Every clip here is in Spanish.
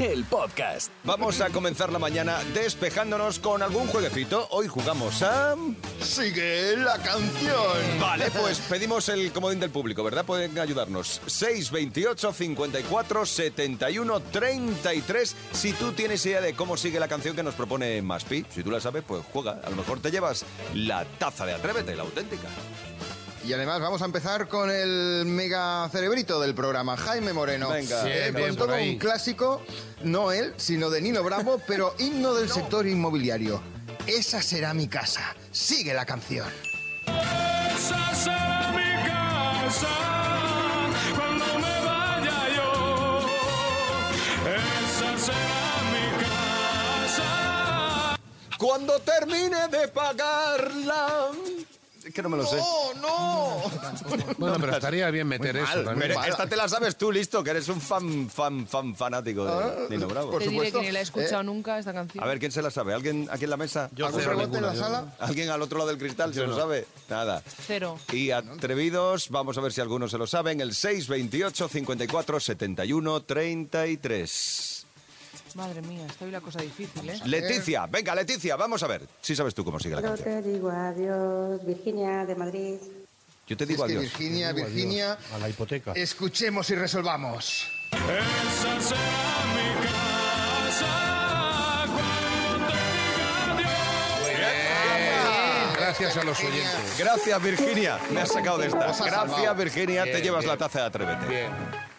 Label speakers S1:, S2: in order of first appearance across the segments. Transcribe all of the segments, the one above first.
S1: el podcast.
S2: Vamos a comenzar la mañana despejándonos con algún jueguecito. Hoy jugamos a...
S3: Sigue la canción.
S2: Vale, pues pedimos el comodín del público, ¿verdad? Pueden ayudarnos. 628 54 71 33. Si tú tienes idea de cómo sigue la canción que nos propone Maspi, si tú la sabes, pues juega. A lo mejor te llevas la taza de Atrévete, la auténtica.
S3: Y además vamos a empezar con el mega cerebrito del programa, Jaime Moreno.
S2: Venga.
S3: Eh,
S4: Bien,
S3: con todo
S4: por ahí.
S3: un clásico, no él, sino de Nino Bravo, pero himno del sector inmobiliario. Esa será mi casa. Sigue la canción.
S5: Esa será mi casa cuando me vaya yo. Esa será mi casa.
S2: Cuando termine de pagarla... Es que no me lo sé.
S4: Bueno, pero estaría bien meter
S3: Muy
S4: eso
S3: mal,
S4: también.
S2: Pero
S3: mala.
S2: esta te la sabes tú, listo, que eres un fan, fan, fan fanático de
S3: Ah,
S2: Nino Bravo.
S3: por
S6: Te diré
S3: supuesto.
S6: que ni la he escuchado nunca esta canción.
S2: A ver, ¿quién se la sabe? ¿Alguien aquí en la mesa?
S4: Yo
S3: ¿Algún
S4: cero
S3: rebote en la
S4: ninguna, yo
S3: sala?
S2: ¿Alguien al otro lado del cristal se lo sabe? Nada.
S6: Cero.
S2: Y atrevidos, vamos a ver si algunos se lo saben, el 628 54 71 33.
S6: Madre mía, está hoy la cosa difícil, ¿eh?
S2: Leticia, venga Leticia, vamos a ver. Si sabes tú cómo sigue la
S7: Yo
S2: canción.
S7: te digo adiós, Virginia de Madrid.
S2: Yo te
S3: Es
S2: digo
S3: que
S2: adiós.
S3: Virginia,
S4: Digo adiós
S3: Virginia,
S4: A la hipoteca.
S3: escuchemos y resolvamos.
S5: Esa será mi casa cuando te diga adiós.
S4: Gracias a los oyentes.
S2: Gracias Virginia, me has sacado de esta.
S3: Nos has salvado.
S2: Gracias Virginia, te
S4: Bien,
S2: llevas la
S4: bien.
S2: taza de Atrévete.
S4: Bien.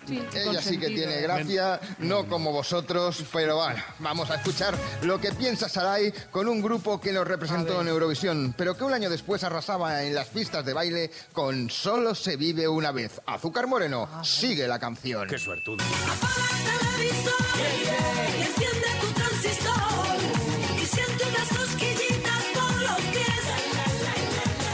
S6: Sí, ¿eh?
S3: Ella sí que tiene gracia, no como vosotros, pero bueno, vamos a escuchar lo que piensa Sarai con un grupo que nos representó en Eurovisión, pero que un año después arrasaba en las pistas de baile con Solo se vive una vez. Azúcar Moreno, sigue la canción.
S8: Apaga el televisor y enciende tu transistor y siente unas cosquillitas por los pies.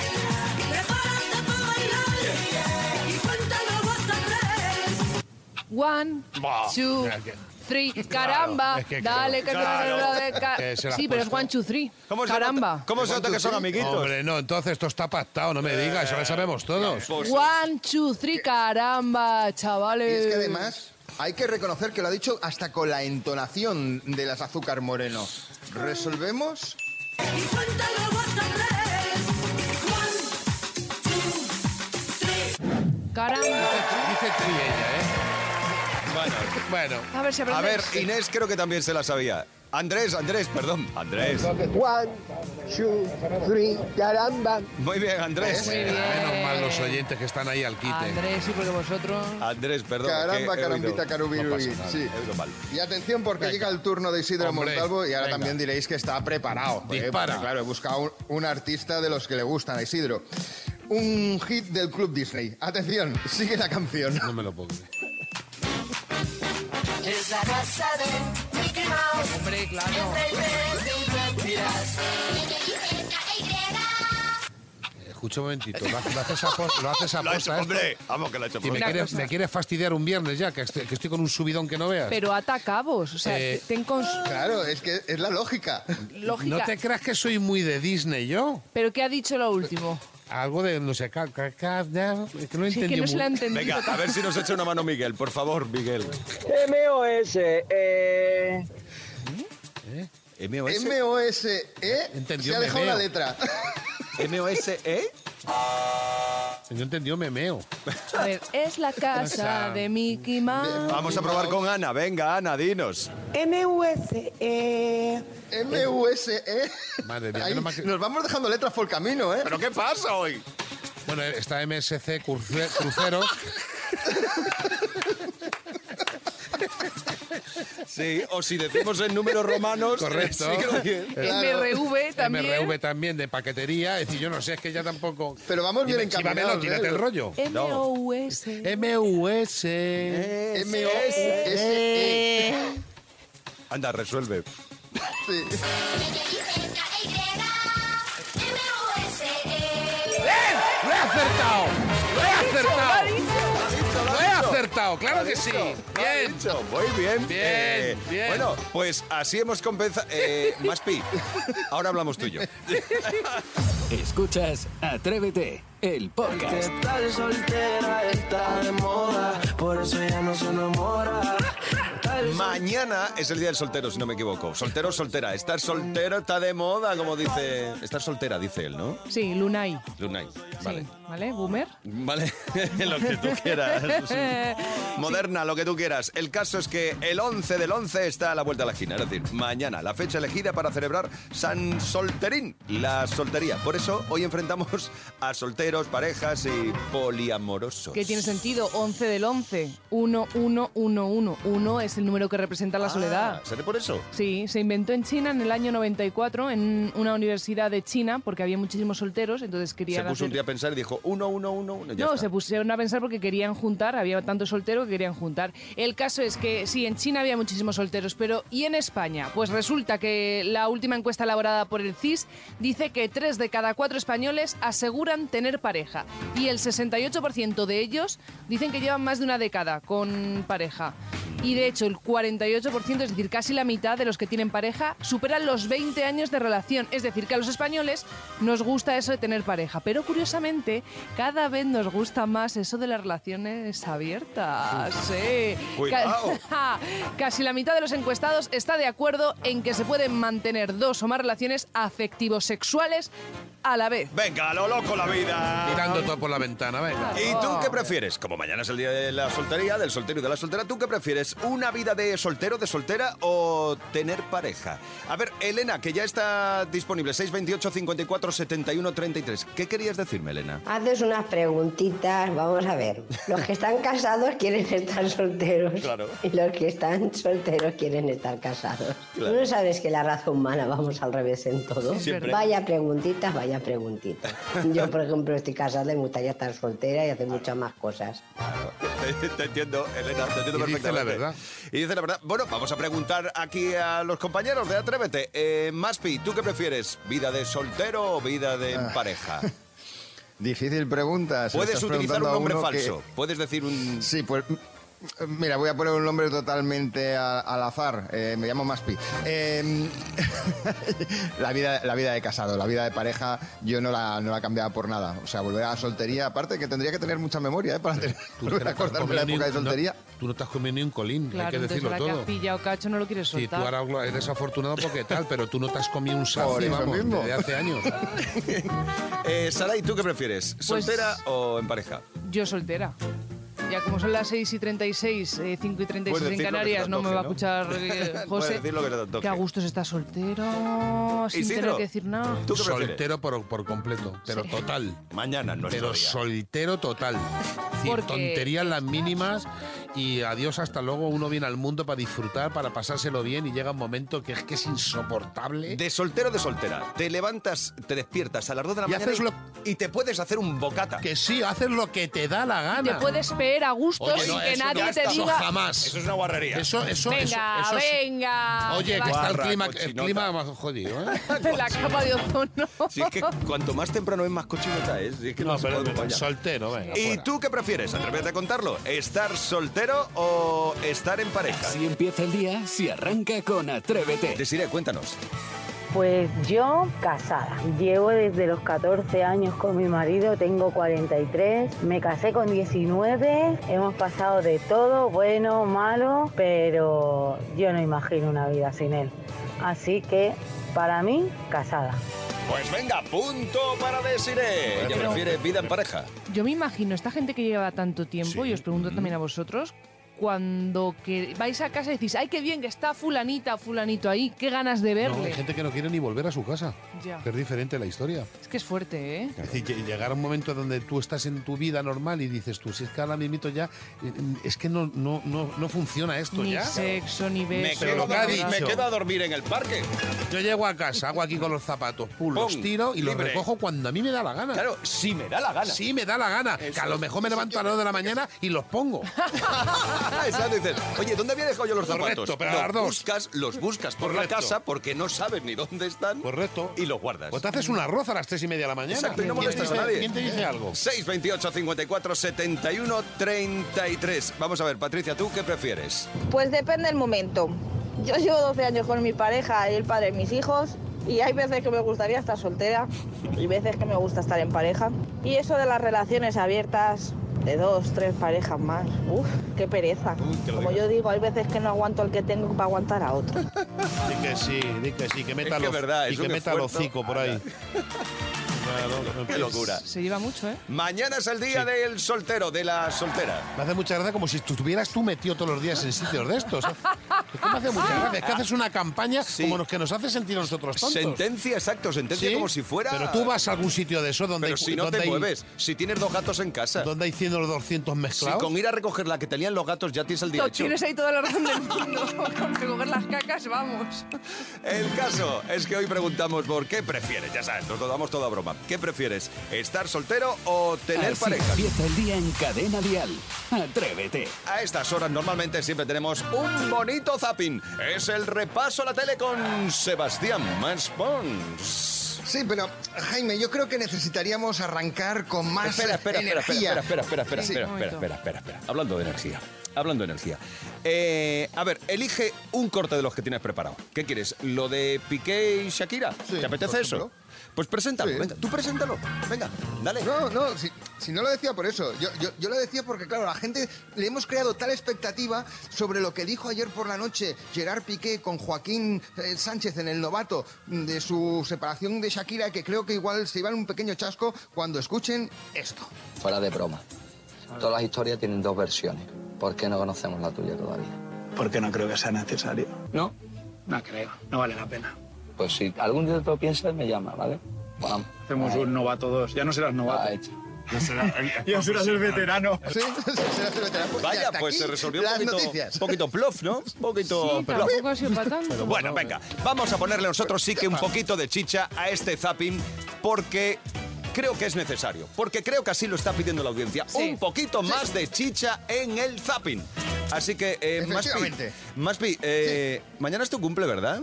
S8: Prepárate para bailar y cuéntalo hasta tres.
S6: One,
S4: Buah,
S6: two,
S4: mira que-
S6: three. Caramba,
S4: es que claro,
S6: dale, que
S4: claro,
S6: ca-
S4: que se la has
S6: Sí, pero es
S4: puesto.
S6: one, two, three.
S2: ¿Cómo se nota-
S6: Caramba.
S2: ¿Cómo se nota que son amiguitos?
S4: Hombre, no, entonces esto está pactado, no me digas, eso lo sabemos todos.
S2: Pues,
S6: One, two, three, caramba,
S3: Y
S6: chavales.
S9: Eh.
S3: es que además hay que reconocer que lo ha dicho hasta con la entonación de las Azúcar Moreno. ¿Resolvemos?
S8: Y cuéntalo hasta tres. One, two, three.
S6: Caramba.
S4: Dice tri ella, ¿eh? Bueno,
S6: A ver si
S2: A ver,
S6: aprendes.
S2: Inés creo que también se la sabía. Andrés, Andrés, perdón. Andrés.
S10: One, two, three, caramba.
S2: Muy bien, Andrés.
S6: Muy bien.
S4: menos mal los oyentes que están ahí al quite.
S6: Andrés, sí, porque vosotros...
S2: Andrés, perdón.
S3: Caramba,
S2: que he oído-
S3: carambita,
S2: No
S3: carubirubi.
S2: pasa nada,
S3: sí.
S2: he oído mal.
S3: Y atención porque llega el turno de Isidro
S4: Hombre,
S3: Montalvo y ahora
S4: venga.
S3: también diréis que está preparado. ¿eh?
S4: Dispara.
S3: Porque, claro, he buscado un, un artista de los que le gustan a Isidro. Un hit del Club Disney. Atención, sigue la canción.
S4: No me lo puedo creer.
S8: Es la casa de Mickey Mouse. Hombre, claro.
S4: Escucha un momentito, lo haces- lo haces a pos- lo haces a
S2: Lo ha hecho,
S4: posta esto,
S2: hombre. Vamos, que lo ha hecho.
S4: y me
S2: posta.
S4: quieres, me quieres fastidiar un viernes ya, que estoy, que estoy con un subidón que no veas.
S6: Pero ata cabos, o sea,
S4: Eh,
S6: ten cons-
S3: Claro, es que es la lógica.
S6: lógica.
S4: ¿No te creas que soy muy de Disney yo?
S6: Pero ¿qué ha dicho lo último?
S4: Algo de, no sé, ca- ca- ca- da- es que no he
S6: Si es que
S4: entendido
S6: no se la ha
S4: muy-
S6: entendido.
S2: Venga, a ver si nos echa una mano Miguel, por favor, Miguel.
S10: MOS, eh,
S2: ¿Eh? MOS.
S3: M-O-S-E
S4: Entendió,
S3: E, se ha dejado
S4: meneo.
S3: la letra.
S2: MOSE.
S4: No he entendido memeo.
S6: A ver, es la casa de Mickey Mouse.
S2: Vamos a probar con Ana. Venga, Ana, dinos.
S11: MVS, eh,
S3: M-U-S-E.
S4: Madre mía,
S3: E. Ahí
S4: menos mal que-
S3: Nos vamos dejando letras por el camino, ¿eh?
S2: ¿Pero qué pasa hoy?
S4: Bueno, está MSC Cruce- Cruceros.
S2: Sí, o si decimos en números romanos. eh,
S4: Correcto.
S2: sí que lo tiene.
S3: Claro.
S6: MRV también.
S4: MRV también de paquetería. Es decir, yo no sé, es que ya tampoco.
S3: Pero vamos bien
S4: Dime, chípamelo,
S3: encaminados,
S4: tírate
S3: ¿eh?
S4: el rollo.
S6: MOUS.
S9: Eh,
S4: MUS.
S3: M-O-S-E.
S2: Anda, resuelve.
S3: Sí.
S8: M-O-S-E.
S4: acertado! ¡Lo he acertado! ¡Lo he
S2: dicho.
S4: acertado! ¡Claro que sí!
S2: Lo ha
S4: ¡Bien!
S2: dicho, Muy bien. Eh,
S4: Bien, bien.
S2: Bueno, pues así hemos compensado. más pi. Ahora hablamos tuyo.
S1: Escuchas Atrévete, el podcast.
S12: tal soltera está de moda, por eso ya no se enamora.
S2: Mañana es el día del soltero, si no me equivoco. Soltero, soltera. Estar soltero está de moda, como dice. Estar soltera, dice él, ¿no?
S9: Sí, Lunay.
S2: Lunay. Vale.
S9: Sí, ¿vale? Boomer.
S2: Vale, lo que tú quieras. Moderna, lo que tú quieras. El caso es que el 11 del 11 está a la vuelta de la esquina, es decir, mañana, la fecha elegida para celebrar San Solterín, la soltería. Por eso hoy enfrentamos a solteros, parejas y poliamorosos.
S9: Que tiene sentido, 11 del 11, 1, 1, 1, 1. 1 es el número que representa
S2: Ah.
S9: la soledad.
S2: ¿Será por eso?
S9: Sí, se inventó en China en el año 94 en una universidad de China porque había muchísimos solteros, entonces
S2: Se
S9: querían
S2: puso un
S9: hacer...
S2: día a pensar y dijo, uno, uno, uno, uno. ya
S9: no,
S2: está.
S9: se pusieron a pensar porque querían juntar, había tantos solteros que querían juntar. El caso es que sí, en China había muchísimos solteros, pero ¿y en España? Pues resulta que la última encuesta elaborada por el CIS dice que 3 de cada 4 españoles aseguran tener pareja y el 68% de ellos dicen que llevan más de una década con pareja. Y de hecho, el 48%, es decir, casi la mitad de los que tienen pareja, superan los 20 años de relación. Es decir, que a los españoles nos gusta eso de tener pareja. Pero curiosamente, cada vez nos gusta más eso de las relaciones abiertas. Sí.
S5: Cuidado.
S9: Ca- Casi la mitad de los encuestados está de acuerdo en que se pueden mantener dos o más relaciones afectivo-sexuales a la vez.
S2: Venga, a lo loco la vida.
S4: Tirando todo por la ventana, venga.
S2: ¿Y tú qué prefieres? Como mañana es el día de la soltería, del soltero y de la soltera, ¿tú qué prefieres? ¿Una vida de soltero, de soltera o tener pareja? A ver, Elena, que ya está disponible, 628 54 71 33. ¿Qué querías decirme, Elena?
S13: Haces unas preguntitas, vamos a ver. Los que están casados quieren estar solteros.
S2: Claro.
S13: Y los que están solteros quieren estar casados.
S2: Claro.
S13: Tú no sabes que la raza humana vamos al revés en todo.
S14: Sí, siempre.
S13: Vaya preguntitas, vaya preguntitas. Yo, por ejemplo, estoy casada y me gustaría estar soltera y hacer muchas más cosas.
S2: Te, te entiendo, Elena, te entiendo
S4: Y dice
S2: perfectamente.
S4: la verdad.
S2: Y dice la verdad. Bueno, vamos a preguntar aquí a los compañeros de Atrévete. Eh, Maspi, ¿tú qué prefieres? ¿Vida de soltero o vida de
S3: Ah.
S2: pareja?
S3: Difícil pregunta. se lo
S2: Puedes
S3: estás
S2: utilizar
S3: preguntando
S2: un
S3: a
S2: nombre
S3: uno que-
S2: falso. Puedes decir un.
S3: Sí, pues. m- Mira, voy a poner un nombre totalmente a- al azar. Eh, me llamo Maspi. Eh, la, vida, la vida de casado, la vida de pareja, yo no la, no la cambiaba por nada. O sea, volver a la soltería, aparte que tendría que tener mucha memoria ¿eh? para tener, volver a acordarme la época de soltería.
S4: tú no te has comido ni un colín, hay que
S9: entonces
S4: decirlo
S9: ahora que
S4: todo.
S9: has pillado cacho no lo quieres
S4: Sí, tú
S9: soltar.
S4: ahora hablo- eres afortunado porque tal, pero tú no te has comido un
S2: Por
S4: saci,
S2: eso
S4: vamos,
S2: mismo.
S4: desde hace años.
S2: Eh, Saray, ¿tú qué prefieres? ¿Soltera o en pareja?
S9: Yo soltera. Ya como son las 6 y 36, eh, 5 y 36
S2: Puedes
S9: en
S2: decir lo que
S9: Canarias,
S2: te
S9: no me
S2: antoje,
S9: va a
S2: ¿no?
S9: escuchar eh,
S2: Puedes
S9: José.
S2: decir lo que te antoje.
S9: a gusto se está soltero, sin
S4: Isidro,
S9: tener que decir nada.
S4: ¿tú qué prefieres? Soltero por, por completo, pero
S9: Sí.
S4: total.
S2: Mañana no
S4: Pero soltero total. Es decir,
S9: Pues Porque-
S4: tonterías las mínimas y adiós hasta luego. Uno viene al mundo para disfrutar, para pasárselo bien y llega un momento que es que es insoportable.
S2: De soltero de soltera. Te levantas, te despiertas a las 2 de la
S4: Y
S2: mañana
S4: haces
S2: y,
S4: lo-
S2: y te puedes hacer un bocata.
S4: Que sí, haces lo que te da la
S9: Te
S4: gana.
S9: puedes peer a gusto
S4: Oye,
S9: sin
S4: no,
S9: que
S4: eso
S9: nadie
S4: no,
S9: te
S4: eso
S9: diga.
S4: jamás.
S2: Eso es una guarrería.
S4: Eso, eso,
S9: venga,
S4: eso, eso es-
S9: venga.
S4: Oye,
S9: te
S4: que
S9: vas
S4: está el
S2: Barra,
S4: clima, el
S2: cochinota.
S4: clima más jodido, ¿eh?
S9: en la capa de ozono.
S2: Si es que cuanto más temprano es, más cochinota es. Si es que no,
S4: No,
S2: se
S4: pero
S2: puede acompañar.
S4: soltero, venga.
S2: ¿Y
S4: fuera.
S2: tú qué prefieres? Atrévete a contarlo. ¿Estar soltero o estar en pareja?
S1: Si empieza el día, si arranca con Atrévete.
S2: Desiree, cuéntanos.
S15: Pues yo casada. Llevo desde los 14 años con mi marido, tengo 43. Me casé con 19. Hemos pasado de todo, bueno, malo, pero yo no imagino una vida sin él. Así que para mí, casada.
S2: Pues venga, punto para Desiree. Ella
S9: Pero-
S2: prefiere vida en pareja.
S9: Yo me imagino esta gente que lleva tanto tiempo, y os pregunto
S4: Mm.
S9: también a vosotros, cuando que vais a casa y decís, ay, qué bien que está fulanita, fulanito ahí, qué ganas de
S4: No,
S9: verle.
S4: hay gente que no quiere ni volver a su casa.
S9: Ya.
S4: Que es diferente la historia.
S9: Es que es fuerte, ¿eh?
S4: Es decir, que llegar a un momento donde tú estás en tu vida normal y dices tú, si es que ahora mismo ya, eh, es que no, no, no, no funciona esto
S9: Ni
S4: ya.
S9: sexo, ni
S4: Me
S9: beso.
S4: quedo
S9: ni
S4: dormido.
S9: nada.
S4: Cádiz.
S2: Me quedo a dormir en el parque.
S4: Yo llego a casa, hago aquí con los zapatos, pum, los
S2: Pum,
S4: tiro y los
S2: libre.
S4: recojo cuando a mí me da la gana.
S2: Claro, si me da la gana.
S4: Sí, me da la gana. que a lo mejor me levanto a las 2 de la mañana y los pongo.
S2: Exacto, dices, oye, ¿dónde había dejado yo los zapatos?
S4: Correcto, pero
S2: Los
S4: las dos.
S2: buscas, los buscas por
S4: Correcto.
S2: la casa porque no sabes ni dónde están. Correcto. Y los guardas.
S4: O te haces un arroz a las tres y media de la mañana.
S2: Exacto, y no
S4: ¿Quién te
S2: molestas a
S4: dice-
S2: nadie.
S4: ¿Quién te dice algo?
S2: 628 54 71 33. Vamos a ver, Patricia, ¿tú qué prefieres?
S14: Pues depende del momento. Yo llevo 12 años con mi pareja y el padre de mis hijos y hay veces que me gustaría estar soltera y veces que me gusta estar en pareja. Y eso de las relaciones abiertas de dos, tres parejas más, uff, qué pereza.
S4: que lo
S14: Como
S4: digas.
S14: yo digo, hay veces que no aguanto al que tengo para aguantar a otro.
S4: Di que sí, di que sí, que meta
S2: Es que
S4: los-
S2: verdad,
S4: y
S2: es
S4: que
S2: un
S4: meta el
S2: esfuerzo.
S4: hocico por ahí.
S2: Qué locura.
S9: Se lleva mucho, ¿eh?
S2: Mañana es el día del soltero, de la soltera.
S4: Me hace mucha gracia como si estuvieras tú metido todos los días en sitios de estos. ¿eh? Es que me hace mucha gracia. Es que haces una campaña como los que nos hace sentir a nosotros tontos.
S2: Sentencia, exacto, sentencia
S4: Sí,
S2: como si fuera.
S4: Pero tú vas a algún sitio de eso donde
S2: Pero
S4: hay-
S2: si no
S4: donde
S2: te
S4: hay-
S2: mueves, si tienes dos gatos en casa.
S4: ¿Dónde hay 100 o 200
S2: Si
S4: mezclados?
S2: con ir a recoger la que tenían los gatos ya tienes el día hecho.
S9: Tienes ahí toda la razón del mundo. Con recoger las cacas, vamos.
S2: El caso es que hoy preguntamos por qué prefieres, ya sabes, nos lo damos toda broma. ¿Qué prefieres, estar soltero o tener
S1: Así
S2: pareja?
S1: empieza el día en Cadena Dial. Atrévete.
S2: A estas horas normalmente siempre tenemos un bonito zapping. Es el repaso a la tele con Sebastián Maspons.
S3: Sí, pero Jaime, yo creo que necesitaríamos arrancar con más
S2: Espera, espera, espera,
S3: Ah, energía.
S2: espera, espera, espera, espera,
S3: Sí.
S2: espera, espera, espera, espera, espera. Hablando de energía, hablando de energía. Eh, a ver, elige un corte de los que tienes preparado. ¿Qué quieres? ¿Lo de Piqué y Shakira?
S3: Sí,
S2: ¿Te apetece
S3: por
S2: eso?
S3: ejemplo.
S2: Pues preséntalo,
S3: Sí.
S2: venga, tú preséntalo, venga, dale.
S3: No, no, si, si no lo decía por eso. Yo, yo, yo lo decía porque, claro, a la gente le hemos creado tal expectativa sobre lo que dijo ayer por la noche Gerard Piqué con Joaquín eh, Sánchez en El Novato mm, de su separación de Shakira que creo que igual se iban un pequeño chasco cuando escuchen esto.
S16: Fuera de broma. Todas las historias tienen dos versiones. ¿Por qué no conocemos la tuya todavía?
S17: Porque no creo que sea necesario.
S16: No,
S17: No creo, no vale la pena.
S16: pues si algún día te lo piensas, me llama, ¿vale? Vamos.
S17: Hacemos un novato dos. Ya no serás novato. Ya serás el, veterano.
S3: Sí, será el veterano. Pues ya
S2: Vaya,
S3: hasta
S2: pues se
S3: aquí
S2: resolvió un
S3: las
S2: poquito,
S3: noticias.
S2: un poquito plof, ¿no? Un poquito
S9: Sí,
S2: plof.
S9: tampoco ha sido para tanto.
S2: Pero bueno, venga, vamos a ponerle nosotros sí que un poquito de chicha a este zapping porque creo que es necesario, porque creo que así lo está pidiendo la audiencia. Un poquito más de chicha en el zapping. Así que, eh, Maspi,
S3: Efectivamente.
S2: Maspi, eh, mañana es tu cumple, ¿verdad?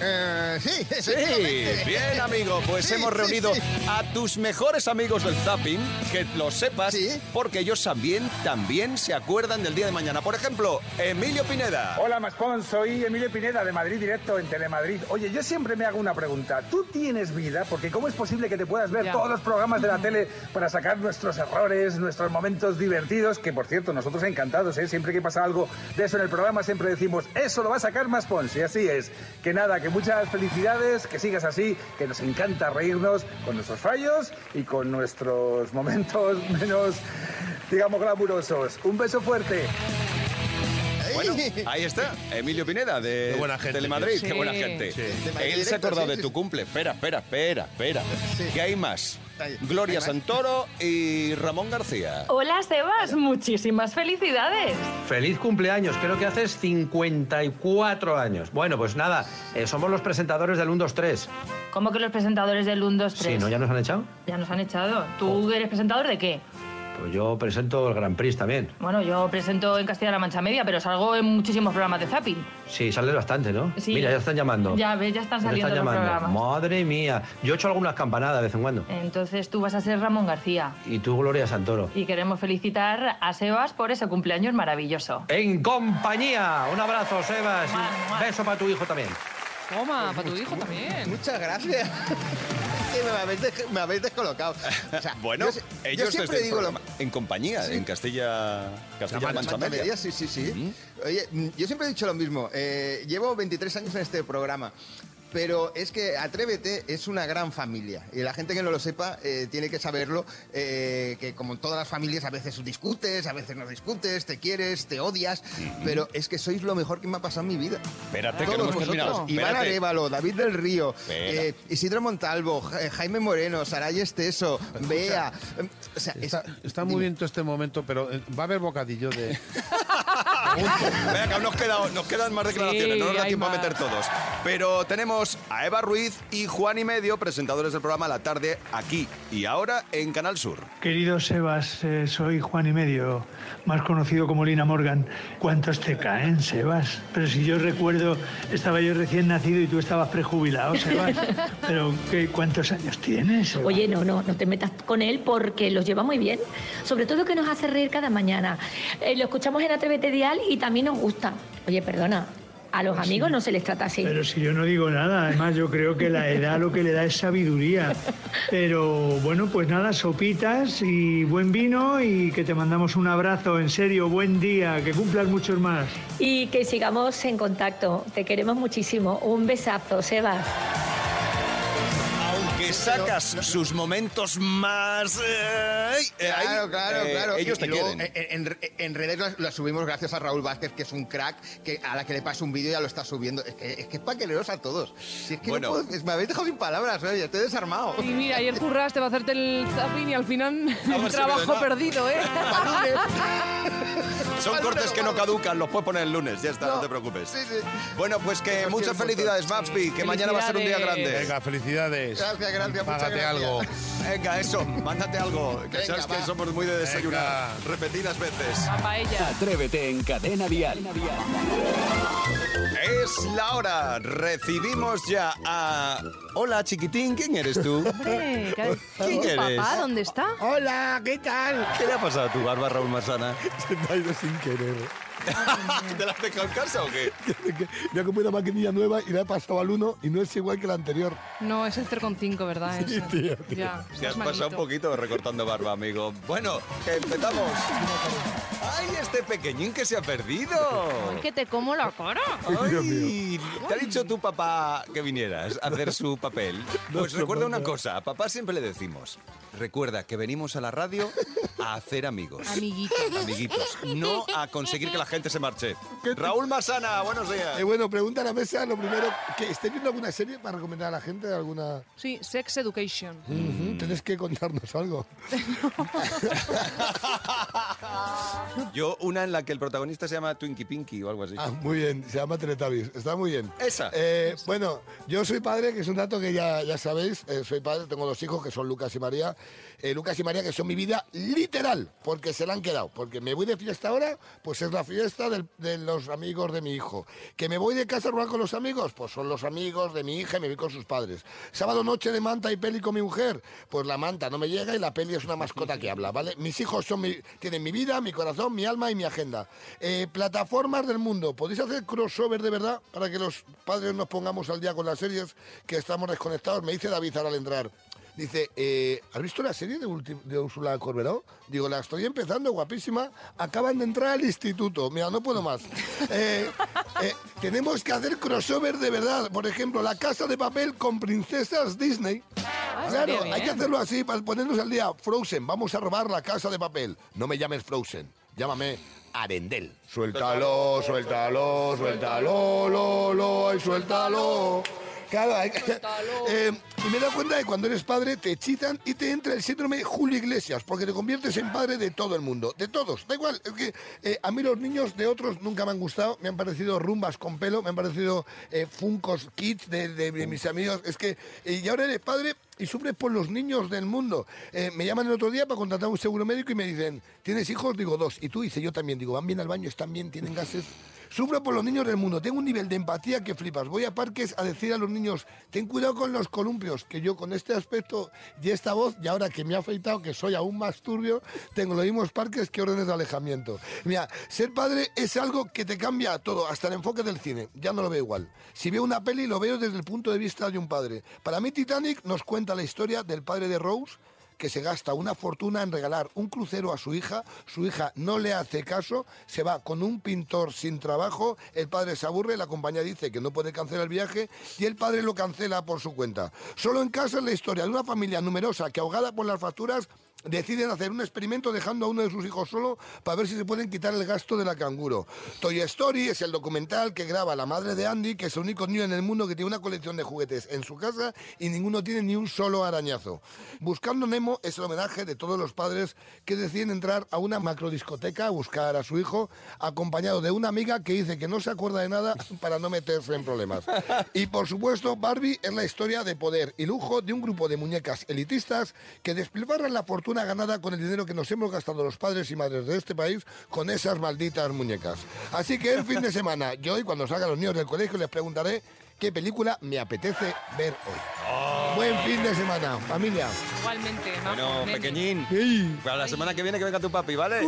S3: Eh, sí,
S2: Sí,
S3: efectivamente.
S2: bien amigo, pues
S3: Sí,
S2: hemos
S3: sí,
S2: reunido
S3: sí.
S2: a tus mejores amigos del Zapping, que lo sepas, porque ellos también, también se acuerdan del día de mañana. Por ejemplo, Emilio Pineda.
S18: Hola Mascón, soy Emilio Pineda de Madrid Directo en Telemadrid. Oye, yo siempre me hago una pregunta. ¿Tú tienes vida? Porque ¿cómo es posible que te puedas ver
S19: Ya.
S18: todos los programas de la tele para sacar nuestros errores, nuestros momentos divertidos? Que por cierto, nosotros encantados, ¿eh? Siempre que pasa algo de eso en el programa, siempre decimos, eso lo va a sacar Mascón. Y así es. Que nada, que muchas felicidades, que sigas así, que nos encanta reírnos con nuestros fallos y con nuestros momentos menos, digamos, glamurosos. Un beso fuerte.
S2: Bueno, ahí está, Emilio Pineda de
S4: Qué buena gente
S2: Telemadrid,
S4: que es.
S2: qué buena
S4: Sí.
S2: gente.
S4: Sí. De Madrid
S2: Él se
S4: directo,
S2: ha acordado
S4: sí,
S2: de
S4: sí,
S2: tu cumple. Espera, espera, espera, espera. ¿Qué hay más?
S3: Ahí,
S2: Gloria
S3: hay más.
S2: Santoro y Ramón García.
S20: Hola Sebas, muchísimas felicidades.
S21: Feliz cumpleaños, creo que haces 54 años. Bueno, pues nada, eh, somos los presentadores del 1, 2, 3.
S20: ¿Cómo que los presentadores del 1, 2, 3?
S21: Sí, ¿no? ¿Ya Oh. nos han echado?
S20: Ya nos han echado. ¿Tú eres presentador de qué?
S21: Pues yo presento el Gran Prix también.
S20: Bueno, yo presento en Castilla-La Mancha Media, pero salgo en muchísimos programas de Zapping.
S21: Sí, sales bastante, ¿no?
S20: Sí.
S21: Mira, ya están llamando.
S20: Ya ves, ya están
S21: Ya
S20: saliendo los programas.
S21: Madre mía, yo he hecho algunas campanadas de vez en cuando.
S20: Entonces tú vas a ser Ramón García.
S21: Y tú, Gloria Santoro.
S20: Y queremos felicitar a Sebas por ese cumpleaños maravilloso.
S4: Eh,
S21: En compañía. Un abrazo, Sebas. y Beso para tu hijo también.
S9: Toma, para tu hijo también.
S3: Muchas gracias. Que me habéis, dej- me habéis descolocado. O sea,
S2: Bueno,
S3: yo se- yo
S2: ellos
S3: siempre
S2: desde el
S3: digo lo-
S2: programa, en compañía, en Castilla, Castilla Mancha
S3: Mancha
S2: Media.
S3: Media, sí, sí, sí. Oye, mm, yo siempre he dicho lo mismo. eh, llevo 23 años en este programa. Pero es que Atrévete es una gran familia. Y la gente que no lo sepa eh, tiene que saberlo. eh, que como en todas las familias, a veces discutes, a veces no discutes, te quieres, te odias. Pero es que sois lo mejor que me ha pasado en mi vida.
S2: Espérate, que
S3: Todos
S2: no hemos
S3: vosotros.
S2: terminado.
S3: Iván
S2: Espérate.
S3: Arevalo, David del Río,
S2: Espera.
S3: eh, Isidro Montalvo, Ja- eh, Jaime Moreno, Saray Esteso, Bea. O sea, es-
S4: eh, Está muy bien todo este momento, pero eh, va a haber bocadillo de.
S2: Venga, nos, queda- nos quedan más declaraciones, no nos da
S9: hay
S2: tiempo a
S9: más.
S2: meter todos. Pero tenemos a Eva Ruiz y Juan y Medio, presentadores del programa La Tarde, aquí y ahora en Canal Sur.
S19: Querido Sebas, eh, soy Juan y Medio, más conocido como Lina Morgan. ¿Cuántos te caen, Sebas? Pero si yo recuerdo, estaba yo recién nacido y tú estabas prejubilado, Sebas. Pero ¿qué, ¿cuántos años tienes? Sebas?
S22: Oye, no, no, no te metas con él porque los lleva muy bien. Sobre todo que nos hace reír cada mañana. Eh, lo escuchamos en Atrévete Dial y también nos gusta. Oye, perdona, a los amigos no se les trata así.
S19: Pero si yo no digo nada, además yo creo que la edad lo que le da es sabiduría. Pero bueno, pues nada, sopitas y buen vino y que te mandamos un abrazo, en serio, buen día, que cumplas muchos más.
S22: Y que sigamos en contacto. Te queremos muchísimo. Un besazo, Sebas.
S2: Aunque sacas sus momentos más... eh, eh, ahí,
S3: Claro, claro,
S2: eh,
S3: claro.
S2: Ellos
S3: Y-
S2: te
S3: y luego,
S2: quieren.
S3: eh, En, en- en redes las, las subimos gracias a Raúl Vázquez, que es un crack, que a la que le pasa un vídeo ya lo está subiendo. Es que es, que es para quereros a todos. Si es que no
S2: Bueno.
S3: puedo- es- me habéis dejado sin palabras, oye, estoy desarmado.
S9: Y mira, ayer curraste para hacerte el zapping y al final
S2: no sirve de
S9: trabajo
S2: nada.
S9: perdido, ¿eh?
S23: Ah,
S2: Son cortes que no caducan, los puedes poner el lunes, ya está, no, te preocupes. Bueno, pues que muchas felicidades, Mapspi, que mañana va a ser un día grande.
S4: Venga, felicidades.
S2: Gracias, gracias, muchas
S4: Págate
S2: gracias.
S4: algo.
S2: Venga, eso, mándate algo, que sabes que somos muy de desayunar, repetidas veces.
S1: Atrévete en Cadena Dial.
S2: Es la hora. Recibimos ya a. Hola, chiquitín, ¿quién eres tú?
S9: Eh, ¿qué-
S2: ¿Quién
S9: ¿Tu
S2: eres?
S9: papá dónde está?
S23: Hola, ¿qué tal?
S2: ¿Qué le ha pasado a tu barba, Raúl Masana?
S23: Se me ha ido sin querer.
S2: ¿Te la has dejado en casa o qué?
S23: Me ha comprado una maquinilla nueva y la he pasado al 1 y no es igual que la anterior.
S9: No, es el 3,5, ¿verdad?
S23: Sí,
S9: Eso.
S23: tío,
S9: Ya,
S2: Te
S9: estás
S2: has pasado un
S9: malito.
S2: poquito recortando barba, amigo. Bueno, empezamos. ¡Ay, este pequeñín que se ha perdido!
S9: Que te como la cara.
S2: Ay, te ha dicho tu papá que vinieras a hacer su papel. Pues recuerda una cosa, a papá siempre le decimos, recuerda que venimos a la radio a hacer amigos.
S9: Amiguitos.
S2: Amiguitos, no a conseguir que la gente se marche. Raúl Masana, buenos días.
S23: Eh, bueno, pregunta a la mesa lo primero, que esté viendo alguna serie para recomendar a la gente de alguna...
S9: Sí, Sex Education.
S2: Mm.
S23: Tenés que contarnos algo.
S2: Yo una en la que el protagonista se llama Twinkie Pinky o algo así.
S23: Ah, muy bien, se llama Teletubbies, está muy bien.
S2: Esa.
S23: Eh, bueno, yo soy padre, que es un dato que ya, ya sabéis, eh, soy padre, tengo dos hijos que son Lucas y María. Eh, Lucas y María que son mi vida literal, porque se la han quedado. Porque me voy de fiesta ahora, pues es la fiesta del- de los amigos de mi hijo. Que me voy de casa rural con los amigos, pues son los amigos de mi hija y me voy con sus padres. Sábado noche de manta y peli con mi mujer, pues la manta no me llega y la peli es una mascota que habla, ¿vale? Mis hijos son mi- tienen mi vida, mi corazón, mi alma y mi agenda. Eh, plataformas del mundo, ¿podéis hacer crossover de verdad para que los padres nos pongamos al día con las series que estamos desconectados? Me dice David ahora al entrar. Dice, eh, ¿has visto la serie de, ulti- de Úrsula Corberó? Digo, la estoy empezando, guapísima. Acaban de entrar al instituto. Mira, no puedo más. Eh, eh, tenemos que hacer crossover de verdad. Por ejemplo, la casa de papel con princesas Disney.
S5: Ah, estaría
S23: claro, hay
S5: bien.
S23: que hacerlo así para ponernos al día. Frozen, vamos a robar la casa de papel. No me llames Frozen, llámame Arendel. Suéltalo, suéltalo, suéltalo, lo, lo, y suéltalo. Claro, hay que- Eh, y me he dado cuenta de que cuando eres padre te chitan y te entra el síndrome de Julio Iglesias, porque te conviertes en padre de todo el mundo, de todos, da igual. es que, eh, a mí los niños de otros nunca me han gustado, me han parecido rumbas con pelo, me han parecido eh, funcos kids de, de- de mis amigos. Es que, eh, y ahora eres padre y sufres por los niños del mundo. Eh, me llaman el otro día para contratar un seguro médico y me dicen, ¿tienes hijos? Digo, dos. Y tú dices, yo también. Digo, ¿van bien al baño? ¿Están bien? ¿Tienen gases? Sufro por los niños del mundo. Tengo un nivel de empatía que flipas. Voy a parques a decir a los niños, ten cuidado con los columpios, que yo con este aspecto y esta voz, y ahora que me ha afeitado, que soy aún más turbio, tengo los mismos parques que órdenes de alejamiento. Mira, ser padre es algo que te cambia todo, hasta el enfoque del cine. Ya no lo veo igual. Si veo una peli, lo veo desde el punto de vista de un padre. Para mí, Titanic nos cuenta la historia del padre de Rose que se gasta una fortuna en regalar un crucero a su hija, su hija no le hace caso, se va con un pintor sin trabajo, el padre se aburre, la compañía dice que no puede cancelar el viaje y el padre lo cancela por su cuenta. Solo en casa es la historia de una familia numerosa que ahogada por las facturas deciden hacer un experimento dejando a uno de sus hijos solo para ver si se pueden quitar el gasto de la canguro. Toy Story es el documental que graba la madre de Andy, que es el único niño en el mundo que tiene una colección de juguetes en su casa y ninguno tiene ni un solo arañazo. Buscando Nemo es el homenaje de todos los padres que deciden entrar a una macrodiscoteca a buscar a su hijo, acompañado de una amiga que dice que no se acuerda de nada para no meterse en problemas. Y por supuesto, Barbie es la historia de poder y lujo de un grupo de muñecas elitistas que despilfarran la fortuna ganada con el dinero que nos hemos gastado los padres y madres de este país con esas malditas muñecas. Así que el fin de semana, yo hoy cuando salgan los niños del colegio les preguntaré qué película me apetece ver hoy. Buen fin de semana, familia.
S9: Igualmente,
S2: Bueno, pequeñín, para la semana que viene que venga tu papi, ¿vale?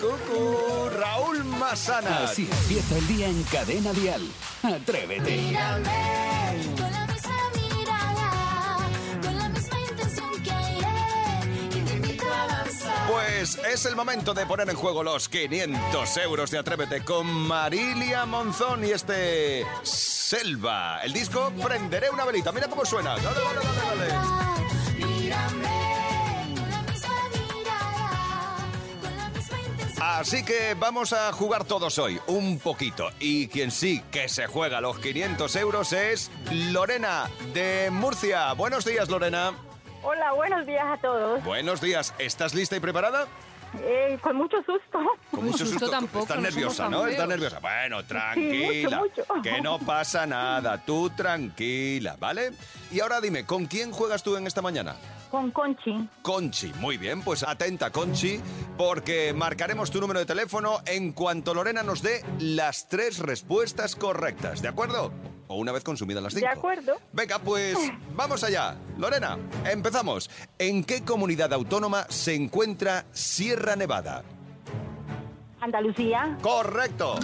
S2: Cucu, Raúl Masana.
S23: Ah,
S1: Así empieza el día en Cadena Dial. Atrévete.
S8: Mírame con la misma mirada, con la misma intención que ayer y te invito a avanzar.
S2: Pues es el momento de poner en juego los 500 euros de Atrévete con Marilia Monzón y este Selva. El disco Prenderé una velita. Mira cómo suena. Dale, dale, dale, dale.
S8: Mírame con la misma mirada, con la misma intención.
S2: Así que vamos a jugar todos hoy, un poquito. Y quien sí que se juega los 500 euros es Lorena de Murcia. Buenos días, Lorena.
S7: Hola, buenos días a todos.
S2: Buenos días. ¿Estás lista y preparada?
S7: Eh, con mucho susto.
S2: Con mucho susto. Estás nerviosa, ¿no? Estás nerviosa. Bueno, tranquila.
S7: mucho, mucho.
S2: Que no pasa nada. Tú tranquila, ¿vale? Y ahora dime, ¿con quién juegas tú en esta mañana?
S7: Con Conchi.
S2: Conchi, muy bien, pues atenta Conchi, porque marcaremos tu número de teléfono en cuanto Lorena nos dé las tres respuestas correctas, ¿de acuerdo? O una vez consumidas las cinco.
S7: De acuerdo.
S2: Venga, pues vamos allá. Lorena, empezamos. ¿En qué comunidad autónoma se encuentra Sierra Nevada?
S7: Andalucía.
S2: Correcto.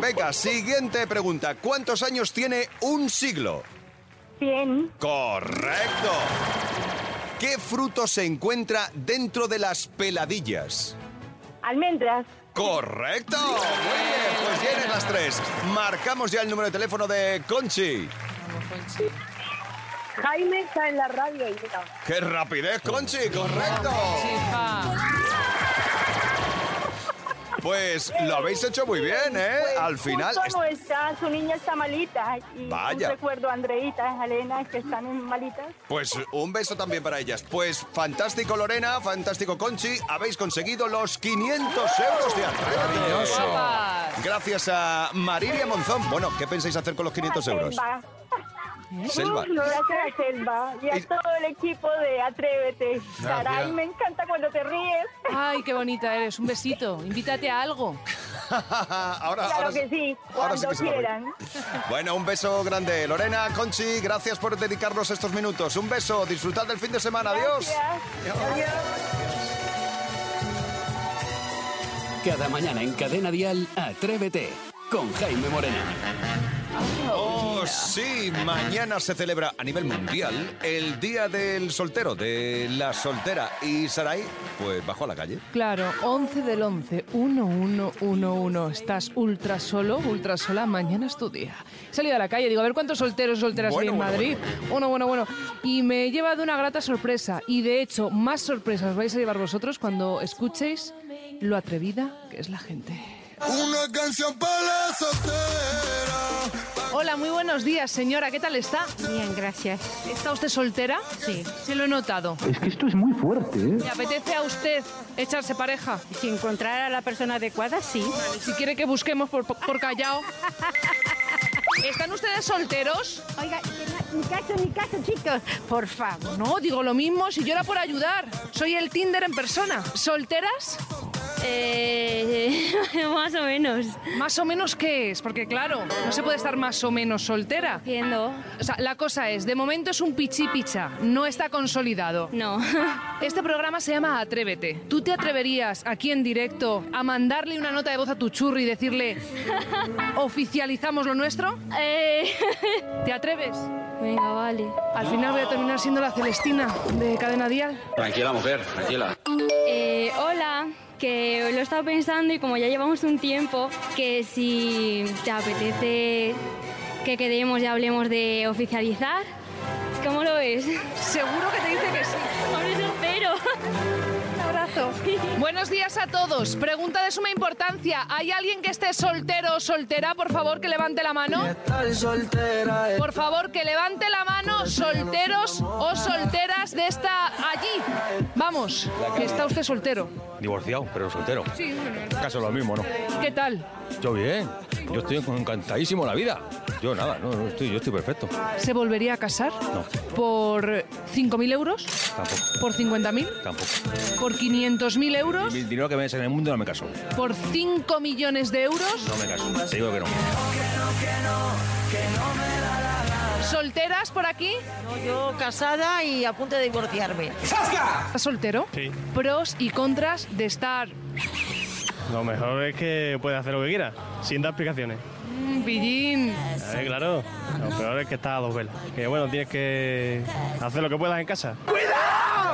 S2: Venga, siguiente pregunta. ¿Cuántos años tiene un siglo?
S7: 100.
S2: Correcto. ¿Qué fruto se encuentra dentro de las peladillas?
S7: Almendras.
S2: Correcto. Muy bien, pues tienes las tres. Marcamos ya el número de teléfono de Conchi.
S7: Jaime está en la radio y mira.
S2: ¡Qué rapidez, Conchi! ¡Correcto! Pues lo habéis hecho muy bien, ¿eh? Al final...
S7: Pues Justo no está, su niña está malita. Y
S2: Vaya.
S7: Un recuerdo a Andreita, a Elena, que están en malitas.
S2: Pues un beso también para ellas. Pues fantástico Lorena, fantástico Conchi, habéis consegudo los 500 euros de Atrévete.
S5: Maravilloso.
S9: Guapas.
S2: Gracias a Marilia Monzón. Bueno, ¿qué pensáis hacer con los 500 euros?
S7: Selva.
S2: Selva.
S7: Uf, Gracias a Selva y a todo el equipo de Atrévete. Caray, me encanta cuando te ríes.
S9: Ay, qué bonita eres. Un besito. Invítate a algo.
S2: ahora,
S7: Claro
S2: ahora
S7: que sí,
S2: ahora sí
S7: cuando
S2: que se me
S7: quieran.
S2: Bueno, un beso grande. Lorena, Conchi, gracias por dedicarnos estos minutos. Un beso, disfrutad del fin de semana. Adiós.
S1: Cada mañana en Cadena Dial, Atrévete con Jaime Moreno.
S2: Oh, sí, mañana se celebra a nivel mundial el Día del Soltero, de la soltera. Y Sarai, pues bajó a la calle.
S9: Claro, 11 del 11, 1111. Estás ultra solo, ultra sola, mañana es tu día. He salido a la calle, digo, a ver cuántos solteros y solteras
S5: Bueno,
S9: hay en
S5: bueno,
S9: Madrid. Bueno, bueno, bueno. Y me he llevado una grata sorpresa. Y de hecho, más sorpresas vais a llevar vosotros cuando escuchéis lo atrevida que es la gente.
S5: Una canción para la soltera.
S9: Hola, muy buenos días, señora. ¿Qué tal está? Bien, gracias. ¿Está usted soltera? Sí. Se lo he notado.
S10: Es que esto es muy fuerte, ¿eh?
S9: ¿Le apetece a usted echarse pareja? Si encontrar a la persona adecuada, sí. si quiere que busquemos por, por Callao. ¿Están ustedes solteros? Oiga, ni caso, ni caso, chicos. Por favor. No, digo lo mismo si yo era por ayudar. Soy el Tinder en persona. ¿Solteras? Eh, más o menos. ¿Más o menos qué es? Porque claro, no se puede estar más o menos soltera. Entiendo. O sea, la cosa es, de momento es un pichipicha, no está consolidado. No. Este programa se llama Atrévete. ¿Tú te atreverías aquí en directo a mandarle una nota de voz a tu churri y decirle, oficializamos lo nuestro? ¿Te atreves? Eh, Venga, vale. Al final voy a terminar siendo la Celestina de Cadena Dial.
S11: Tranquila, mujer, tranquila.
S24: Eh, hola, que lo he estado pensando y como ya llevamos un tiempo, que si te apetece que quedemos y hablemos de oficializar, ¿cómo lo ves?
S9: Seguro que te dice que sí.
S24: Por eso espero.
S9: Un abrazo. Buenos días a todos. Pregunta de suma importancia. ¿Hay alguien que esté soltero o soltera? Por favor, que levante la mano. Por favor, que levante la mano solteros o solteras de esta allí. Vamos, que está usted soltero.
S6: Divorciado, pero soltero.
S9: Sí, bueno,
S6: Caso lo mismo, ¿no?
S9: ¿Qué tal?
S6: Yo bien. Yo estoy encantadísimo de la vida. Yo nada, no, no, estoy, yo estoy perfecto.
S9: ¿Se volvería a casar?
S6: No.
S9: ¿Por 5.000 euros?
S6: Tampoco.
S9: ¿Por 50.000?
S6: Tampoco.
S9: ¿Por 500.000 euros?
S6: El dinero que me des en el mundo no me caso.
S9: ¿Por 5 millones de euros?
S6: No me caso. Te digo que no.
S9: ¿Solteras por aquí? No, yo casada y a punto de divorciarme. ¿Estás soltero?
S10: Sí.
S9: Pros y contras de estar
S10: Lo mejor es que puedes hacer lo que quieras, sin dar explicaciones.
S9: mm, pillín.
S10: Eh, claro, lo peor es que estás a dos velas. Que bueno, tienes que hacer lo que puedas en casa.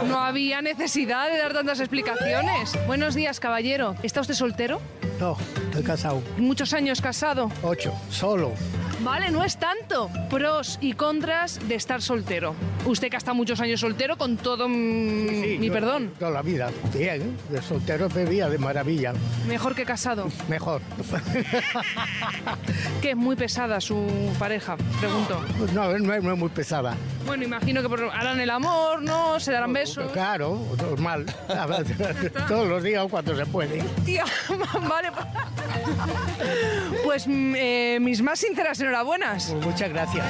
S9: No había necesidad de dar tantas explicaciones. Buenos días, caballero. ¿Está usted soltero?
S11: No, estoy casado.
S9: ¿Muchos años casado?
S11: Ocho, solo.
S9: Vale, no es tanto. Pros y contras de estar soltero. Usted que ha estado muchos años soltero, con todo mm, mi
S11: Yo-
S9: perdón.
S11: Toda la vida. Bien, de soltero bebía de maravilla.
S9: Mejor que casado.
S11: Mejor.
S9: Que es muy pesada su pareja, pregunto.
S11: No, no es no es muy pesada.
S9: Bueno, imagino que por- harán el amor, ¿no? Se darán besos.
S11: Claro, normal. Todos los días o cuando se puede.
S9: Tía, vale. Pues mm, eh, mis más sinceras enhorabuenas.
S11: Pues muchas gracias.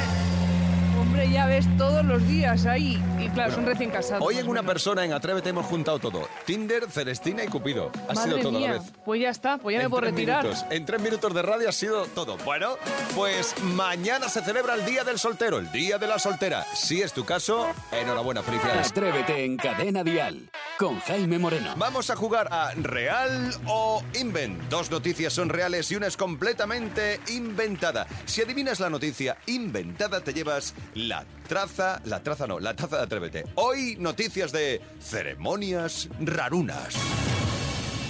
S9: Hombre, ya ves todos los días ahí. Y claro, son recién casados.
S2: Hoy en
S9: más
S2: una
S9: o menos.
S2: persona en Atrévete hemos juntado todo. Tinder, Celestina y Cupido. Ha
S9: Madre
S2: sido todo
S9: mía,
S2: a la vez.
S9: Pues ya está, pues ya me
S2: En
S9: puedo
S2: tres
S9: retirar.
S2: minutos. en tres minutos de radio ha sido todo. Bueno, pues mañana se celebra el Día del Soltero, el Día de la Soltera. Si es tu caso, enhorabuena, felicidades.
S1: Atrévete en Cadena Dial con Jaime Moreno.
S2: Vamos a jugar a Real o Invent. Dos noticias son reales y una es completamente inventada. Si adivinas la noticia inventada, te llevas la traza, la traza no, la taza de Atrévete. Hoy noticias de ceremonias rarunas.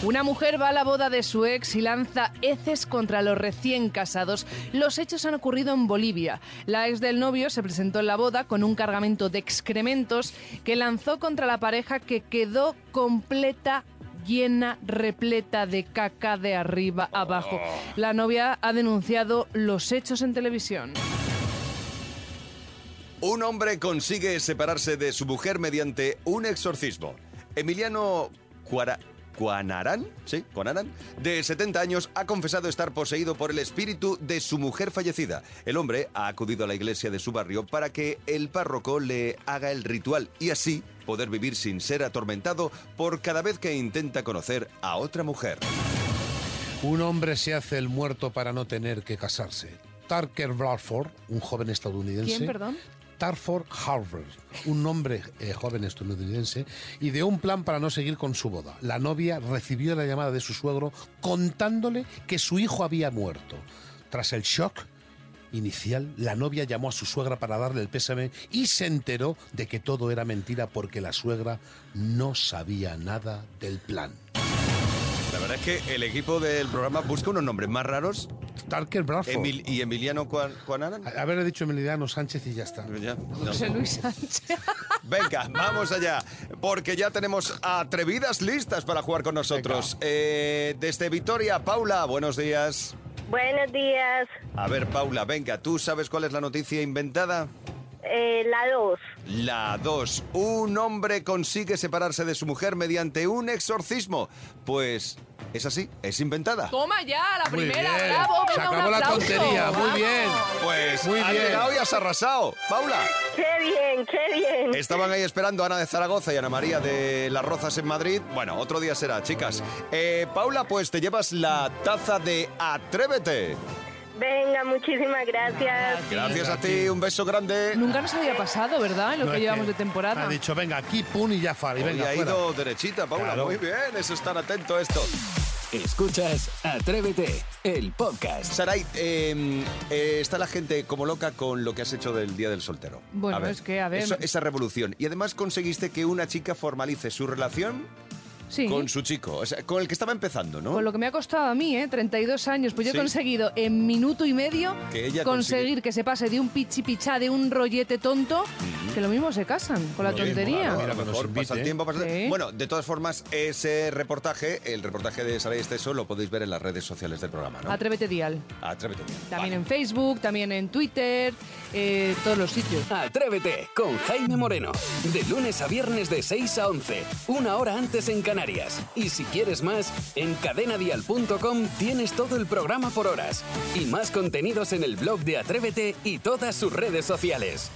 S9: Una mujer va a la boda de su ex y lanza heces contra los recién casados. Los hechos han ocurrido en Bolivia. La ex del novio se presentó en la boda con un cargamento de excrementos que lanzó contra la pareja que quedó completa llena, repleta de caca de arriba abajo.
S2: Oh.
S9: La novia ha denunciado los hechos en televisión.
S2: Un hombre consigue separarse de su mujer mediante un exorcismo. Emiliano Cuara- Cuanarán, sí, Cuanarán, de 70 años, ha confesado estar poseído por el espíritu de su mujer fallecida. El hombre ha acudido a la iglesia de su barrio para que el párroco le haga el ritual y así poder vivir sin ser atormentado por cada vez que intenta conocer a otra mujer.
S4: Un hombre se hace el muerto para no tener que casarse. Tucker Bradford, un joven estadounidense.
S9: ¿Quién, perdón?
S4: Tarford Harvard, un hombre eh, joven estadounidense, ideó un plan para no seguir con su boda. La novia recibió la llamada de su suegro contándole que su hijo había muerto. Tras el shock inicial, la novia llamó a su suegra para darle el pésame y se enteró de que todo era mentira porque la suegra no sabía nada del plan.
S2: La verdad es que el equipo del programa busca unos nombres más raros.
S4: Tucker Bradford.
S2: Emil- y Emiliano Cuan- Cuanarán.
S4: Haber dicho Emiliano Sánchez y ya está.
S2: Ya, no.
S9: José Luis Sánchez.
S2: Venga, vamos allá, porque ya tenemos atrevidas listas para jugar con nosotros. Eh, desde Vitoria, Paula, buenos días.
S12: Buenos días,
S2: A ver, Paula, venga, ¿tú sabes cuál es la noticia inventada?
S12: eh, la 2.
S2: La 2. Un hombre consigue separarse de su mujer mediante un exorcismo. Pues es así, es inventada.
S9: Toma ya, la
S2: Muy
S9: primera,
S2: bien.
S9: bravo,
S2: Se
S9: venga, un
S2: acabó la
S9: aplauso,
S2: tontería, muy
S9: vamos.
S2: bien. Pues
S4: Muy
S2: has
S4: bien.
S2: llegado y has arrasado, Paula.
S12: ¡Qué bien, qué bien!
S2: Estaban ahí esperando a Ana de Zaragoza y Ana María de Las Rozas en Madrid. Bueno, otro día será, chicas. Eh, Paula, pues te llevas la taza de Atrévete.
S12: Venga, muchísimas gracias.
S2: Gracias a ti, un beso grande.
S9: Nunca nos había pasado, ¿verdad? En lo
S4: No,
S9: que
S4: es
S9: llevamos
S4: que
S9: de temporada.
S4: Ha dicho, venga, aquí, pun y ya fuera, y
S2: Hoy
S4: venga,
S2: ha
S4: fuera.
S2: ido derechita, Paula.
S4: Claro.
S2: Muy bien, eso estar atento a esto.
S1: Escuchas Atrévete, el podcast.
S2: Saray, eh, eh, está la gente como loca con lo que has hecho del Día del Soltero.
S9: Bueno, es que, a ver.
S2: eso- esa revolución. Y además conseguiste que una chica formalice su relación
S9: Sí.
S2: con su chico, o sea, con el que estaba empezando, ¿no?
S9: Con lo que me ha costado a mí, ¿eh? 32 años, pues yo
S2: Sí.
S9: he conseguido en minuto y medio
S2: Que ella
S9: conseguir que se pase de un pichi pichá, de un rollete tonto, que lo mismo se casan con la
S2: Oye,
S9: tontería.
S2: claro, a lo mejor pasa el tiempo. pasa-
S9: Sí.
S2: Bueno, de todas formas, ese reportaje, el reportaje de Sara y Esteso, lo podéis ver en las redes sociales del programa, ¿no?
S9: Atrévete Dial.
S2: Atrévete.
S9: También en Facebook, también en Twitter, eh, todos los sitios.
S1: Atrévete con Jaime Moreno. De lunes a viernes de 6 a 11, una hora antes en Canarias. Y si quieres más, en cadenadial.com tienes todo el programa por horas. Y más contenidos en el blog de Atrévete y todas sus redes sociales.